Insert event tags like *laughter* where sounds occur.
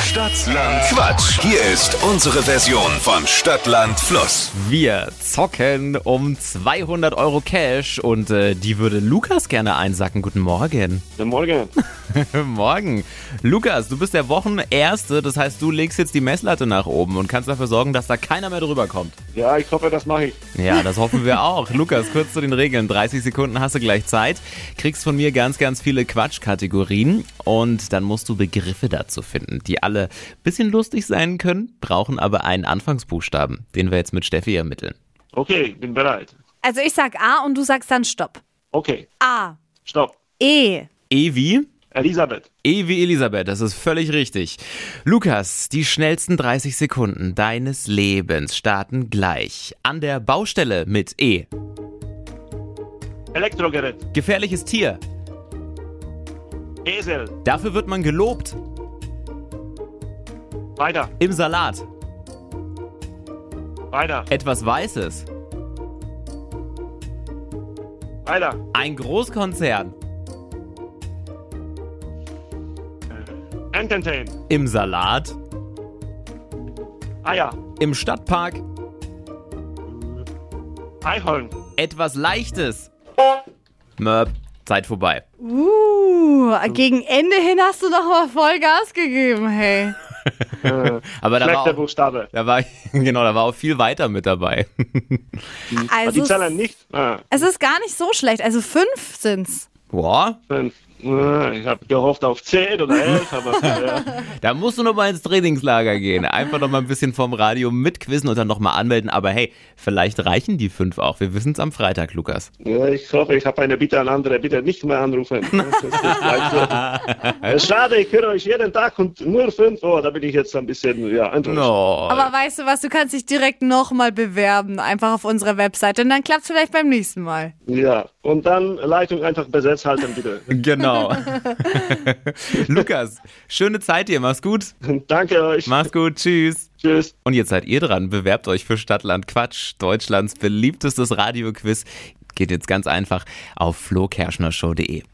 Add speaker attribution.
Speaker 1: Stadtland Quatsch. Hier ist unsere Version von Stadtland Fluss.
Speaker 2: Wir zocken um 200 Euro Cash und äh, die würde Lukas gerne einsacken. Guten Morgen.
Speaker 3: Guten Morgen.
Speaker 2: *laughs* Morgen. Lukas, du bist der Wochenerste, das heißt, du legst jetzt die Messlatte nach oben und kannst dafür sorgen, dass da keiner mehr drüber kommt.
Speaker 3: Ja, ich hoffe, das mache ich.
Speaker 2: Ja, das hoffen wir auch. *laughs* Lukas, kurz zu den Regeln. 30 Sekunden hast du gleich Zeit, kriegst von mir ganz, ganz viele Quatschkategorien und dann musst du Begriffe dazu finden, die alle ein bisschen lustig sein können, brauchen aber einen Anfangsbuchstaben, den wir jetzt mit Steffi ermitteln.
Speaker 3: Okay, ich bin bereit.
Speaker 4: Also ich sag A und du sagst dann Stopp.
Speaker 3: Okay,
Speaker 4: A.
Speaker 3: stopp.
Speaker 4: E.
Speaker 2: E wie?
Speaker 3: Elisabeth,
Speaker 2: E wie Elisabeth, das ist völlig richtig. Lukas, die schnellsten 30 Sekunden deines Lebens starten gleich. An der Baustelle mit E.
Speaker 3: Elektrogerät,
Speaker 2: Gefährliches Tier.
Speaker 3: Esel,
Speaker 2: Dafür wird man gelobt.
Speaker 3: weiter,
Speaker 2: Im Salat.
Speaker 3: weiter,
Speaker 2: Etwas Weißes.
Speaker 3: weiter.
Speaker 2: Ein Großkonzern.
Speaker 3: Äh, Entertain,
Speaker 2: Im Salat.
Speaker 3: Eier,
Speaker 2: Im Stadtpark.
Speaker 3: Eichhorn,
Speaker 2: Etwas Leichtes. Möb. Zeit vorbei.
Speaker 4: Uh, gegen Ende hin hast du doch mal voll Gas gegeben, hey.
Speaker 3: äh,
Speaker 2: Aber da war,
Speaker 3: schlechter
Speaker 2: auch,
Speaker 3: Buchstabe.
Speaker 2: da war *laughs* genau, da war auch viel weiter mit dabei.
Speaker 3: Also die
Speaker 4: Also
Speaker 3: Zahlen nicht? Ah,
Speaker 4: es ist gar nicht so schlecht. Also fünf sind's.
Speaker 2: Boah,
Speaker 3: fünf. Ah, Ich habe gehofft auf 10 oder
Speaker 2: *laughs*
Speaker 3: 11, aber äh,
Speaker 2: da musst du noch mal ins Trainingslager gehen. Einfach noch mal ein bisschen vom Radio mitquizzen und dann noch mal anmelden. Aber hey, vielleicht reichen die fünf auch. Wir wissen es am Freitag, Lukas.
Speaker 3: ja, ich hoffe, ich habe eine Bitte an andere. Bitte nicht
Speaker 2: *laughs*
Speaker 3: mehr anrufen. Das ist nicht leicht. Äh, Schade, ich höre euch jeden Tag und nur 5 Uhr. Da bin ich jetzt ein bisschen ja, enttäuscht.
Speaker 2: No.
Speaker 4: Aber weißt du was, du kannst dich direkt nochmal bewerben, einfach auf unserer Webseite. Und dann klappt's vielleicht beim nächsten Mal.
Speaker 3: Ja, und dann Leitung einfach besetzt halten, bitte.
Speaker 2: Genau. Lukas, schöne Zeit dir. Mach's gut.
Speaker 3: Danke euch.
Speaker 2: Mach's gut. Tschüss.
Speaker 3: Tschüss.
Speaker 2: Und jetzt seid ihr dran. Bewerbt euch für Stadtland Quatsch, Deutschlands beliebtestes Radioquiz. Geht jetzt ganz einfach auf flokerschnershow.de.